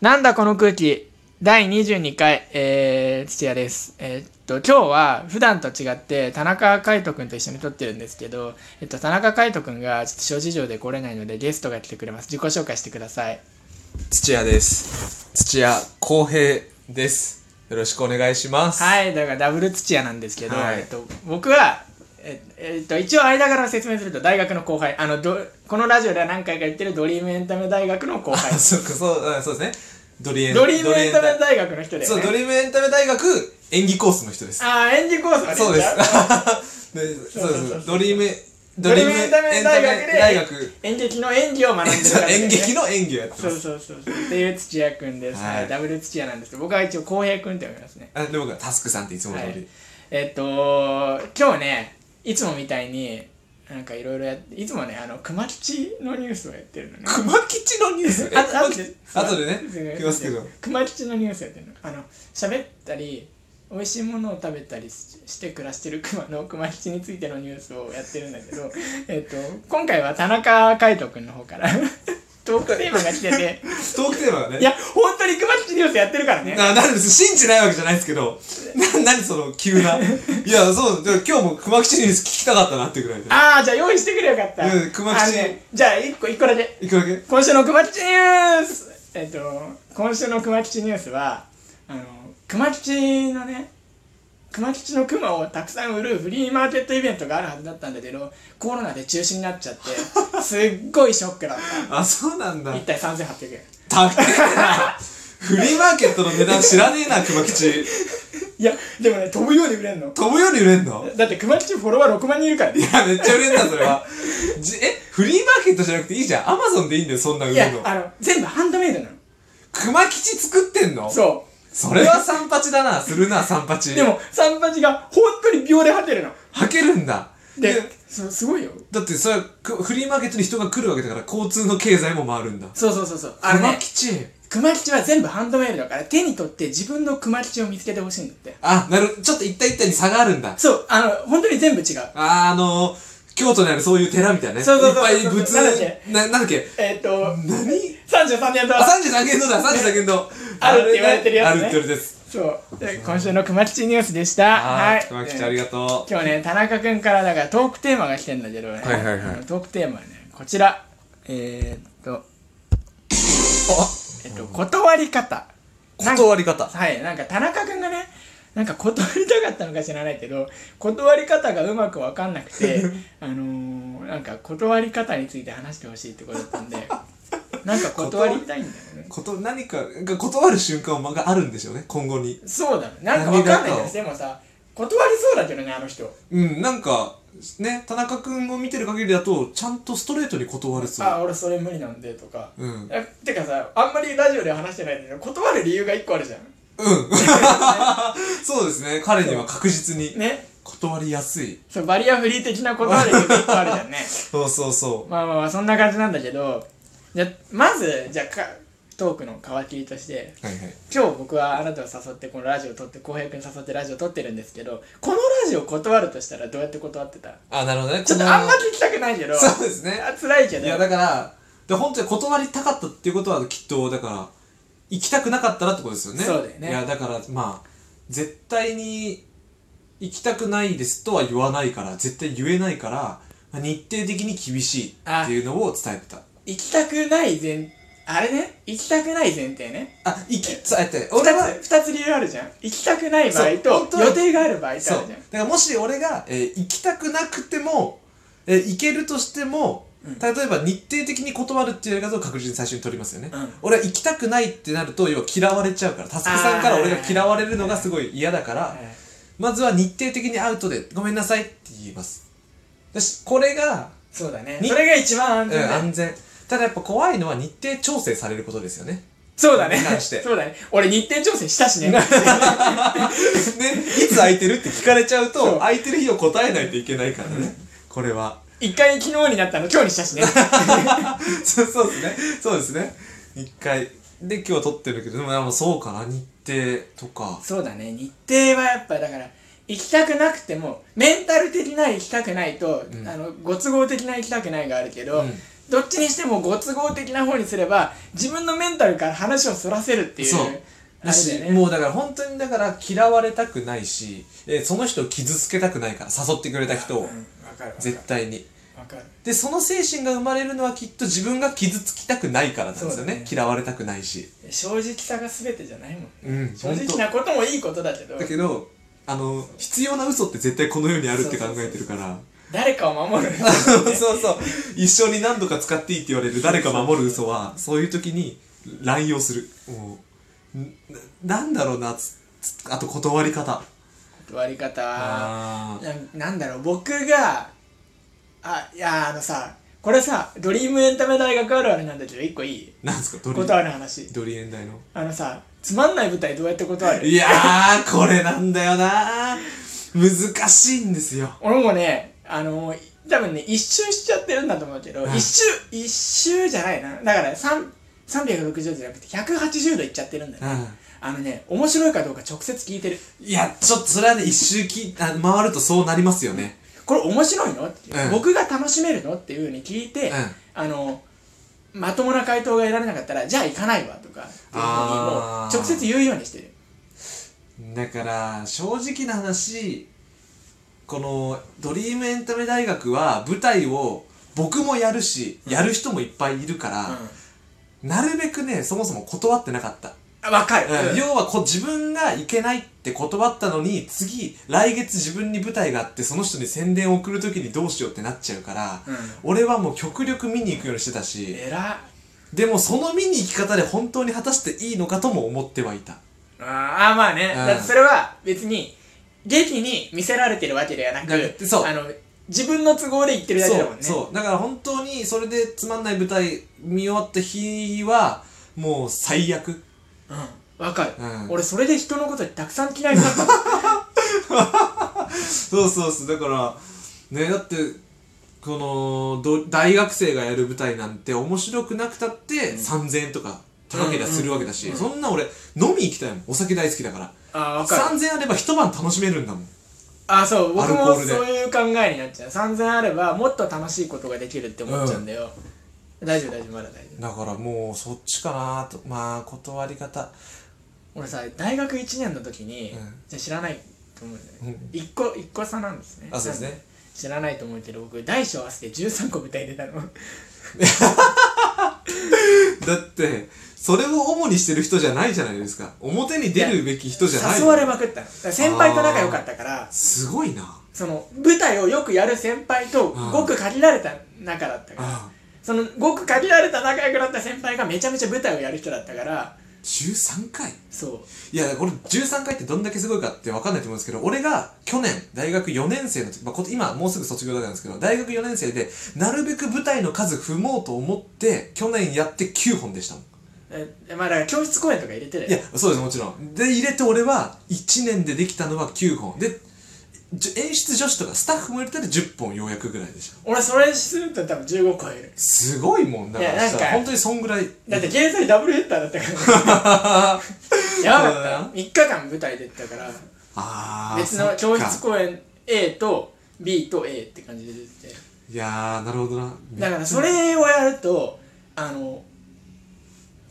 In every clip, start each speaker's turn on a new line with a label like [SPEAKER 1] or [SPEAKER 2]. [SPEAKER 1] なんだこの空気第22回、えー、土屋です。えーっと、今日は普段と違って田中海人くんと一緒に撮ってるんですけど、えっと、田中海人くんがちょっと諸事情で来れないのでゲストが来てくれます。自己紹介してください。
[SPEAKER 2] 土屋です。土屋康平です。よろしくお願いします。い。
[SPEAKER 1] はい、だからダブル土屋なんですけど、
[SPEAKER 2] はい
[SPEAKER 1] えっと、僕は、ええっと、一応間から説明すると大学の後輩あのどこのラジオでは何回か言ってるドリームエンタメ大学の後輩
[SPEAKER 2] そうか、そう、うんそうですね。ドリエン
[SPEAKER 1] ドリームエンタメ
[SPEAKER 2] 大
[SPEAKER 1] 大学の人で、ね、
[SPEAKER 2] そう、ドリームエンタメ大学演技コースの人です。
[SPEAKER 1] ああ演技コースはね
[SPEAKER 2] そうです
[SPEAKER 1] じゃあ。
[SPEAKER 2] で
[SPEAKER 1] そ
[SPEAKER 2] そうう
[SPEAKER 1] そうそう
[SPEAKER 2] です。ドリーム、
[SPEAKER 1] ドリームエンタメ大学で
[SPEAKER 2] エンタメ大学
[SPEAKER 1] 演劇の演技を学んでる感じで
[SPEAKER 2] 演劇の演技をやって
[SPEAKER 1] そ
[SPEAKER 2] ま
[SPEAKER 1] う
[SPEAKER 2] す。
[SPEAKER 1] そうそうそうっていう土屋くんです、
[SPEAKER 2] はい
[SPEAKER 1] はいダブル土屋なんですけど僕は一応浩平くんって呼びますね
[SPEAKER 2] あで、僕はタスクさんっていつも通
[SPEAKER 1] はい
[SPEAKER 2] り。
[SPEAKER 1] えっと今日ねいつもみたいになんかいろいろやっていつもねあの熊吉のニュースをやってるのね
[SPEAKER 2] 熊吉のニュース
[SPEAKER 1] あとあと
[SPEAKER 2] あとでね、来ますけど。
[SPEAKER 1] 熊吉のニュースやってるのあの喋ったり美味しいものを食べたりしして暮らしてる熊の熊吉についてのニュースをやってるんだけど えっと今回は田中海斗君の方から トークテーマが来てて
[SPEAKER 2] トークテーマがね
[SPEAKER 1] い。や本当に熊吉ニュースやってるからね
[SPEAKER 2] ななんです信じないわけじゃないですけど、な、なにその急 な。いや、そう、でも今日も熊吉ニュース聞きたかったなってぐらいで。
[SPEAKER 1] ああじゃあ用意してくれよかった、
[SPEAKER 2] うん熊吉
[SPEAKER 1] あのねじゃあ一個一個だけ
[SPEAKER 2] いくだけ
[SPEAKER 1] 今週の熊吉ニュースえっと今週の熊吉ニュースはあの熊吉のね熊吉の熊をたくさん売るフリーマーケットイベントがあるはずだったんだけどコロナで中止になっちゃって すっごいショックだった
[SPEAKER 2] あ、そうなんだ
[SPEAKER 1] 1。体3800円
[SPEAKER 2] 高えな。フリーマーケットの値段知らねえな、熊吉。
[SPEAKER 1] いやでもね飛ぶように売れんの
[SPEAKER 2] 飛ぶより売れんの
[SPEAKER 1] だって熊吉フォロワー6万人いるから
[SPEAKER 2] い
[SPEAKER 1] ね
[SPEAKER 2] や、めっちゃ売れんだ、それは。じえ、フリーマーケットじゃなくていいじゃん。アマゾンでいいんだよ、そんな売
[SPEAKER 1] いや
[SPEAKER 2] るの。
[SPEAKER 1] あの全部ハンドメイドなの
[SPEAKER 2] 熊吉作ってんの
[SPEAKER 1] そう
[SPEAKER 2] それは三八だな、するな、三八。
[SPEAKER 1] で、も三八が本当に秒で果てるの
[SPEAKER 2] はけるんだ。
[SPEAKER 1] で
[SPEAKER 2] で
[SPEAKER 1] そすごいよ
[SPEAKER 2] だってそれはくフリーマーケットに人が来るわけだから交通の経済も回るんだ
[SPEAKER 1] そうそうそうそうあの
[SPEAKER 2] 熊
[SPEAKER 1] ね
[SPEAKER 2] 吉
[SPEAKER 1] 熊吉は全部ハンドメイドだから手に取って自分の熊吉を見つけてほしいんだって
[SPEAKER 2] あなるちょっと一体一体に差があるんだ
[SPEAKER 1] そうあの本当に全部違う
[SPEAKER 2] あーあのー、京都にあるそういう寺みたいなね
[SPEAKER 1] そうそうそう
[SPEAKER 2] っぱい仏
[SPEAKER 1] なんだっけ
[SPEAKER 2] ななんだっけ
[SPEAKER 1] えーっと
[SPEAKER 2] 何
[SPEAKER 1] 33年と
[SPEAKER 2] あ三十三軒堂だ三十三軒堂
[SPEAKER 1] あるって言われてるやつね
[SPEAKER 2] あるって言われてるです
[SPEAKER 1] そうで今週の熊吉ニュースでした
[SPEAKER 2] は
[SPEAKER 1] はいい
[SPEAKER 2] 熊吉あり
[SPEAKER 1] が
[SPEAKER 2] がとう
[SPEAKER 1] 今日ね田中君からだからトークテーマが来てんだけどね
[SPEAKER 2] はいはいはい
[SPEAKER 1] あのトークテーマはねこちらえー、っとえーっと断り方なんか
[SPEAKER 2] 断り方
[SPEAKER 1] はい、なんか田中君がねなんか断りたかったのか知らないけど断り方がうまく分かんなく てあのー、なんか断り方について話してほしいってことだったんで なんか断りたいんだよね
[SPEAKER 2] こと何かが断る瞬間があるんでしょうね今後に
[SPEAKER 1] そうだねなんか分かんない
[SPEAKER 2] 何だ
[SPEAKER 1] で
[SPEAKER 2] ろう
[SPEAKER 1] すでもさ断りそうだけどねあの人
[SPEAKER 2] うんなんかね田中君を見てる限りだとちゃんとストレートに断るそう
[SPEAKER 1] あ俺それ無理なんでとか、
[SPEAKER 2] うん
[SPEAKER 1] あてかさあんまりラジオで話してないんだけど断る理由が1個あるじゃん
[SPEAKER 2] そうですね彼には確実に
[SPEAKER 1] ね
[SPEAKER 2] 断りやすい
[SPEAKER 1] そうバリアフリー的な断る理由が1個あるじゃんね
[SPEAKER 2] そうそうそう
[SPEAKER 1] まあまあまあそんな感じなんだけどじゃまずじゃあかトークの皮切りとして
[SPEAKER 2] はいはい
[SPEAKER 1] 今日僕はあなたを誘ってこのラジオを撮って浩平君誘ってラジオを撮ってるんですけどこのラジオ断るとしたらどうやって断ってた
[SPEAKER 2] あなるほどね
[SPEAKER 1] ちょっとあんま聞きたくないけど
[SPEAKER 2] そうですね
[SPEAKER 1] あ辛いけ
[SPEAKER 2] い
[SPEAKER 1] ど
[SPEAKER 2] やだからで本当に断りたかったっていうことはきっとだから行きたくなかったらってことですよね
[SPEAKER 1] そうだよね
[SPEAKER 2] いやだからまあ絶対に行きたくないですとは言わないから絶対言えないからまあ日程的に厳しいっていうのを伝えてた
[SPEAKER 1] 行きたくない前あれね行きたくない前提ね
[SPEAKER 2] あ行き伝えて
[SPEAKER 1] 2
[SPEAKER 2] 俺は
[SPEAKER 1] つ二つ理由あるじゃん行きたくない場合
[SPEAKER 2] そう本
[SPEAKER 1] と
[SPEAKER 2] 当は
[SPEAKER 1] 予定がある場合とあるじ
[SPEAKER 2] そ
[SPEAKER 1] ゃ
[SPEAKER 2] うんだからもし俺が、えー行きたくなくても、えー行けるとしても、例えば日程的に断るっていうやり方を確実に最初に取りますよね、
[SPEAKER 1] うん
[SPEAKER 2] 俺は行きたくないってなると要は嫌われちゃうからタスクさんから俺が嫌われるのがすごい嫌だから、
[SPEAKER 1] はい
[SPEAKER 2] まずは日程的にアウトでごめんなさいって言いますだしこれが、
[SPEAKER 1] そうだね
[SPEAKER 2] に
[SPEAKER 1] それが一番安
[SPEAKER 2] うん
[SPEAKER 1] 全だよ
[SPEAKER 2] 安全ただやっぱ怖いのは日程調整されることですよね
[SPEAKER 1] そうだね
[SPEAKER 2] に関して
[SPEAKER 1] そうだね俺日程調整したしね
[SPEAKER 2] ねいつ空いてるって聞かれちゃう
[SPEAKER 1] そう
[SPEAKER 2] と空いてる日を答えないといけないからねこれは
[SPEAKER 1] 一回昨日になったの今日にしたしね
[SPEAKER 2] そうそうですね。そうですね。一回。で、今日撮ってるけど、でも、でもそうかな、日程と か。
[SPEAKER 1] そうだね日程はやっぱだから行きたくなくてもメンタル的な行きたくないと、あのご都合的な行きたくないがあるけど、
[SPEAKER 2] うん
[SPEAKER 1] どっちにしてもご都合的な方にすれば自分のメンタルから話をそらせるっていう
[SPEAKER 2] そう
[SPEAKER 1] あれ
[SPEAKER 2] だし、
[SPEAKER 1] だよね
[SPEAKER 2] もうだから本当にだから嫌われたくないし、えーその人を傷つけたくないから誘ってくれた人
[SPEAKER 1] うん
[SPEAKER 2] を
[SPEAKER 1] わかるわかる
[SPEAKER 2] 絶対に
[SPEAKER 1] わかる
[SPEAKER 2] でその精神が生まれるのはきっと自分が傷つきたくないからなんです
[SPEAKER 1] そ
[SPEAKER 2] よ
[SPEAKER 1] うだ
[SPEAKER 2] ね
[SPEAKER 1] ね
[SPEAKER 2] 嫌われたくないし
[SPEAKER 1] 正直さが全てじゃないもん
[SPEAKER 2] うん
[SPEAKER 1] 正
[SPEAKER 2] 本
[SPEAKER 1] 直
[SPEAKER 2] 当
[SPEAKER 1] なこともいいことだけど
[SPEAKER 2] だけどあの必要な嘘って絶対この世にあるって考えてるから
[SPEAKER 1] 誰かを守る
[SPEAKER 2] そう そうそう一緒に何度か使っていいって言われる誰か守る嘘はそういう時に乱用するもうんななんだろうなつつあと断り方
[SPEAKER 1] 断り方は
[SPEAKER 2] あー
[SPEAKER 1] ななんだろう僕があいやあのさこれさドリームエンタメ大学あるあるなんだけど一個いい
[SPEAKER 2] なんですかドリ
[SPEAKER 1] 断る話
[SPEAKER 2] ドリエン大の
[SPEAKER 1] あのさつまんない舞台どうやって断る
[SPEAKER 2] いやーこれなんだよな難しいんですよ
[SPEAKER 1] 俺もねあの多分ね一周しちゃってるんだと思うけど、
[SPEAKER 2] うん
[SPEAKER 1] 一周一周じゃないなだから3 360度じゃなくて180度いっちゃってるんだよ、
[SPEAKER 2] う
[SPEAKER 1] ね
[SPEAKER 2] ん
[SPEAKER 1] あのね面白いかどうか直接聞いてる
[SPEAKER 2] いやちょっとそれはね一周きあ回るとそうなりますよね
[SPEAKER 1] これ面白いのって、
[SPEAKER 2] うん
[SPEAKER 1] 僕が楽しめるのっていうふうに聞いて、
[SPEAKER 2] うん
[SPEAKER 1] あのまともな回答が得られなかったらじゃあ行かないわとかっていうふうにもう
[SPEAKER 2] あー
[SPEAKER 1] 直接言うようにしてる
[SPEAKER 2] だから正直な話このドリームエンタメ大学は舞台を僕もやるし、やる人もいっぱいいるから、なるべくねそもそも断ってなかった、
[SPEAKER 1] あわかる、
[SPEAKER 2] うん要はこ自分が行けないって断ったのに次来月自分に舞台があってその人に宣伝を送る時にどうしようってなっちゃうから、
[SPEAKER 1] うん
[SPEAKER 2] 俺はもう極力見に行くようにしてたし
[SPEAKER 1] えら
[SPEAKER 2] でもその見に行き方で本当に果たしていいのかとも思ってはいた
[SPEAKER 1] ああまあね、
[SPEAKER 2] ん
[SPEAKER 1] だってそれは別に劇に見せられてるわけではな
[SPEAKER 2] だっ
[SPEAKER 1] く
[SPEAKER 2] てそう
[SPEAKER 1] あの自分の都合で言ってるだけだもんね
[SPEAKER 2] そうそうだから本当にそれでつまんない舞台見終わった日はもう最悪
[SPEAKER 1] うんわかる、
[SPEAKER 2] うん
[SPEAKER 1] 俺それで人のことたくさん嫌いにな ったもん
[SPEAKER 2] そうそうそうだからねだってこのど大学生がやる舞台なんて面白くなくたって3000円とか高けりゃするわけだし、
[SPEAKER 1] うんうん
[SPEAKER 2] そんな俺飲み行きたいもんお酒大好きだから
[SPEAKER 1] ああわかる
[SPEAKER 2] 3000円あれば一晩楽しめるんだもん
[SPEAKER 1] あそう
[SPEAKER 2] ア
[SPEAKER 1] 僕
[SPEAKER 2] ルコ
[SPEAKER 1] も
[SPEAKER 2] ールで
[SPEAKER 1] そういう考えになっちゃう3000あればもっと楽しいことができるって思っちゃうんだよ、大丈夫大丈夫まだ大丈夫
[SPEAKER 2] だからもうそっちかなとまあ断り方
[SPEAKER 1] 俺さ大学1年の時に、
[SPEAKER 2] うん
[SPEAKER 1] じゃあ知らないと思うんだよね、
[SPEAKER 2] う
[SPEAKER 1] 一個一個差なんですね
[SPEAKER 2] あそうですね
[SPEAKER 1] なん知らないと思うけど僕大小合わせて13個舞台出たの
[SPEAKER 2] だってそれを主にしてる人じゃないじゃないですか表に出るべき人じゃない
[SPEAKER 1] 誘われまくったのだから先輩と仲良かったから
[SPEAKER 2] すごいな
[SPEAKER 1] その舞台をよくやる先輩と
[SPEAKER 2] あー
[SPEAKER 1] ごく限られた仲だったから
[SPEAKER 2] ああ
[SPEAKER 1] そのごく限られた仲良くなった先輩がめちゃめちゃ舞台をやる人だったから
[SPEAKER 2] 13回
[SPEAKER 1] そう
[SPEAKER 2] いやこれ13回ってどんだけすごいかって分かんないと思うんですけど俺が去年大学4年生の時、まあ、こ今もうすぐ卒業だからなんですけど大学4年生でなるべく舞台の数踏もうと思って去年やって9本でしたもん
[SPEAKER 1] えまあだから教室公演とか入れて
[SPEAKER 2] い
[SPEAKER 1] る
[SPEAKER 2] やそうですもちろんで入れて俺は1年でできたのは9本でじゅ演出女子とかスタッフも入れたら10本ようやくぐらいでした
[SPEAKER 1] 俺それすると多分15個入る
[SPEAKER 2] すごいもんだか
[SPEAKER 1] い
[SPEAKER 2] ら
[SPEAKER 1] やなんか
[SPEAKER 2] さ本当にそんぐらい
[SPEAKER 1] だって現在ダブルヘッダーだっ たからやばかった3日間舞台出てたから
[SPEAKER 2] ああ
[SPEAKER 1] 別の教室
[SPEAKER 2] か
[SPEAKER 1] 公演 A と B と A って感じで出てて
[SPEAKER 2] いやーなるほどな
[SPEAKER 1] だからそれをやるとあの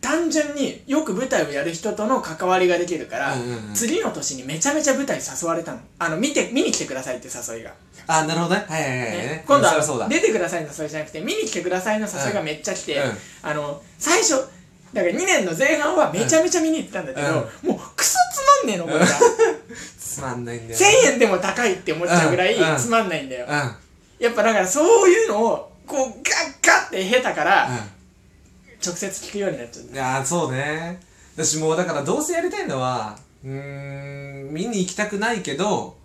[SPEAKER 1] 単純によく舞台をやる人との関わりができるから、
[SPEAKER 2] うんうんうん
[SPEAKER 1] 次の年にめちゃめちゃ舞台誘われたのあの見て見に来てくださいって誘いが、
[SPEAKER 2] あなるほどねはいはいはいはい、
[SPEAKER 1] ね
[SPEAKER 2] ね、
[SPEAKER 1] 今度
[SPEAKER 2] うんそうだ
[SPEAKER 1] は
[SPEAKER 2] そうだ
[SPEAKER 1] 出てくださいの誘いじゃなくて見に来てくださいの誘いがめっちゃ来て、
[SPEAKER 2] うんうん
[SPEAKER 1] あの最初だから2年の前半はめちゃめちゃ見に行ってたんだけど、もうクソつまんねえのこれが
[SPEAKER 2] つまんないんだよ
[SPEAKER 1] 1000円でも高いって思っちゃうぐらい
[SPEAKER 2] うんうん
[SPEAKER 1] つまんないんだよ、
[SPEAKER 2] うんうん
[SPEAKER 1] やっぱだからそういうのをこうガッガッって下手から、直接聞くようになっちゃっ
[SPEAKER 2] いやーそうね私もうだからどうせやりたいのはうーん見に行きたくないけど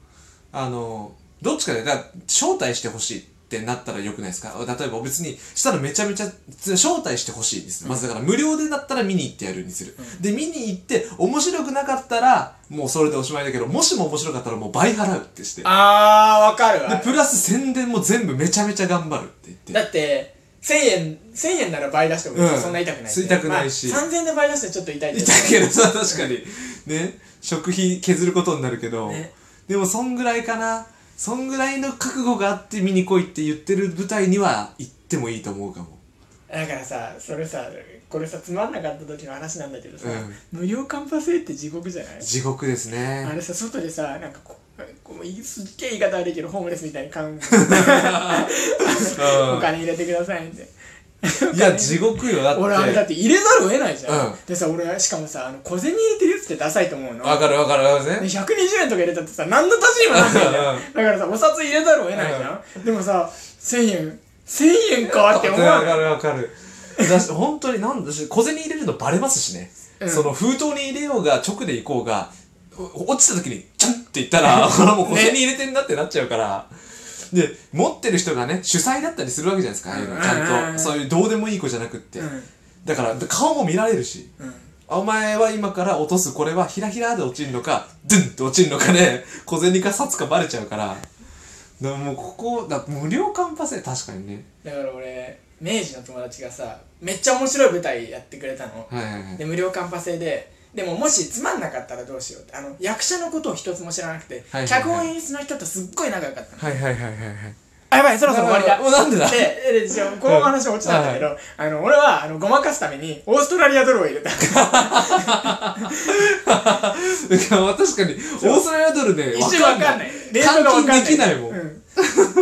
[SPEAKER 2] あのどっちかでだから招待してほしいってなったらよくないですか例えば別にしたらめちゃめちゃ招待してほしいです、まずだから無料でだったら見に行ってやるにする、で見に行って面白くなかったらもうそれでおしまいだけどもしも面白かったらもう倍払うってしてで
[SPEAKER 1] あーわかるわ
[SPEAKER 2] プラス宣伝も全部めちゃめちゃ頑張るって言って
[SPEAKER 1] だって1000円1000円なら倍出しても別にそんな痛くないし、
[SPEAKER 2] うん痛くないし
[SPEAKER 1] まあ、3000円で倍出してちょっと痛い
[SPEAKER 2] いたけどさ確かにね食費削ることになるけど、
[SPEAKER 1] ね
[SPEAKER 2] でもそんぐらいかなそんぐらいの覚悟があって見に来いって言ってる舞台には行ってもいいと思うかも
[SPEAKER 1] だからさそれさこれさつまんなかった時の話なんだけどさ、
[SPEAKER 2] う
[SPEAKER 1] 無料カンパ制って地獄じゃない
[SPEAKER 2] 地獄です
[SPEAKER 1] あ
[SPEAKER 2] ね
[SPEAKER 1] れさ外でさなんかここういすっげえ言い方悪いけどホームレスみたいに感お金入れてくださいって
[SPEAKER 2] いや地獄よだって
[SPEAKER 1] 俺あれだって入れざるを得ないじゃん、
[SPEAKER 2] うん
[SPEAKER 1] でさ俺しかもさあの小銭入れてるやつってダサいと思うの
[SPEAKER 2] わかるわかるわかる
[SPEAKER 1] で
[SPEAKER 2] ね
[SPEAKER 1] 120円とか入れたってさ何の足しにもなんないじゃん
[SPEAKER 2] う
[SPEAKER 1] だからさお札入れざるを得ないじゃん、でもさ1000円1000円かって思わ
[SPEAKER 2] わか
[SPEAKER 1] ない
[SPEAKER 2] るわかるだし本当になんだし小銭入れるのバレますしね、
[SPEAKER 1] うん
[SPEAKER 2] その封筒に入れようが直で行こうがお落ちた時にチャンって言ったらこれはもう小銭入れてんなってなっちゃうから、で持ってる人がね主催だったりするわけじゃないですかああいうのち
[SPEAKER 1] うんうん
[SPEAKER 2] ゃん
[SPEAKER 1] うん
[SPEAKER 2] とそういうどうでもいい子じゃなくって、
[SPEAKER 1] うん
[SPEAKER 2] だから顔も見られるし
[SPEAKER 1] うん
[SPEAKER 2] お前は今から落とすこれはひらひらで落ちるのかドゥンって落ちるのかね小銭か札かバレちゃうからだからもうここだ無料カンパセ確かにね
[SPEAKER 1] だから俺明治の友達がさめっちゃ面白い舞台やってくれたの、
[SPEAKER 2] はいはいはい
[SPEAKER 1] で無料カンパ制ででももしつまんなかったらどうしようってあの役者のことを一つも知らなくて、
[SPEAKER 2] はいはいはい
[SPEAKER 1] 脚本演出の人とすっごい仲良かったの
[SPEAKER 2] はいはいはいはいはい
[SPEAKER 1] あやばいそろそろ終わりだ
[SPEAKER 2] もうなんでだ
[SPEAKER 1] ででじゃあこの話落ちたんだけど、あの俺はあのごまかすためにオーストラリアドルを入れた
[SPEAKER 2] 確かにオーストラリアドルね
[SPEAKER 1] 一瞬わかんないレートがわかんない
[SPEAKER 2] 換金できないもん、
[SPEAKER 1] う
[SPEAKER 2] 違
[SPEAKER 1] ん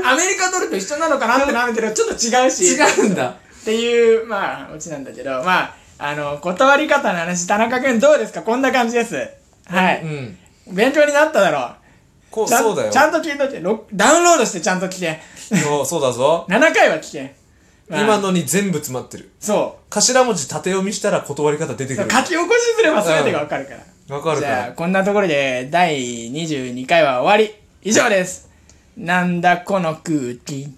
[SPEAKER 1] アメリカドルと一緒なのかなってなるけどちょっと違うし
[SPEAKER 2] うんだ
[SPEAKER 1] っていうまあオチなんだけどまああの断り方の話田中君どうですかこんな感じですはい、
[SPEAKER 2] うん
[SPEAKER 1] 勉強になっただろ
[SPEAKER 2] こ
[SPEAKER 1] う
[SPEAKER 2] う
[SPEAKER 1] ちゃん
[SPEAKER 2] そうだよ
[SPEAKER 1] ちゃんと聞いといてろダウンロードしてちゃんと聞け
[SPEAKER 2] そうそうだぞ、
[SPEAKER 1] 7回は聞け、まあ
[SPEAKER 2] 今のに全部詰まってる
[SPEAKER 1] そ
[SPEAKER 2] 頭文字縦読みしたら断り方出て
[SPEAKER 1] う
[SPEAKER 2] く
[SPEAKER 1] 書
[SPEAKER 2] る
[SPEAKER 1] き起こしすれば全てがわかるから、
[SPEAKER 2] わかる
[SPEAKER 1] じ
[SPEAKER 2] か
[SPEAKER 1] ゃあ
[SPEAKER 2] ら
[SPEAKER 1] こんなところで第22回は終わり以上ですなんだこの空気